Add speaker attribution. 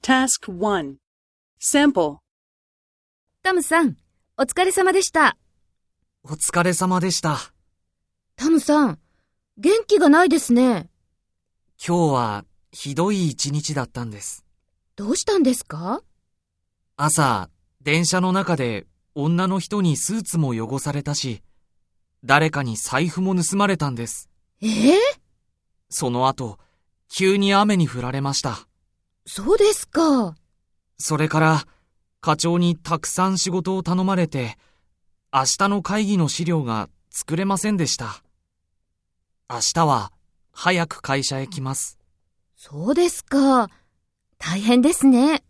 Speaker 1: Task 1 Sample
Speaker 2: タムさん、お疲れ様でした。
Speaker 3: お疲れ様でした。
Speaker 2: タムさん、元気がないですね。
Speaker 3: 今日はひどい一日だったんです。
Speaker 2: どうしたんですか
Speaker 3: 朝、電車の中で女の人にスーツも汚されたし、誰かに財布も盗まれたんです。
Speaker 2: ええ
Speaker 3: その後、急に雨に降られました。
Speaker 2: そうですか。
Speaker 3: それから、課長にたくさん仕事を頼まれて、明日の会議の資料が作れませんでした。明日は早く会社へ来ます。
Speaker 2: そうですか。大変ですね。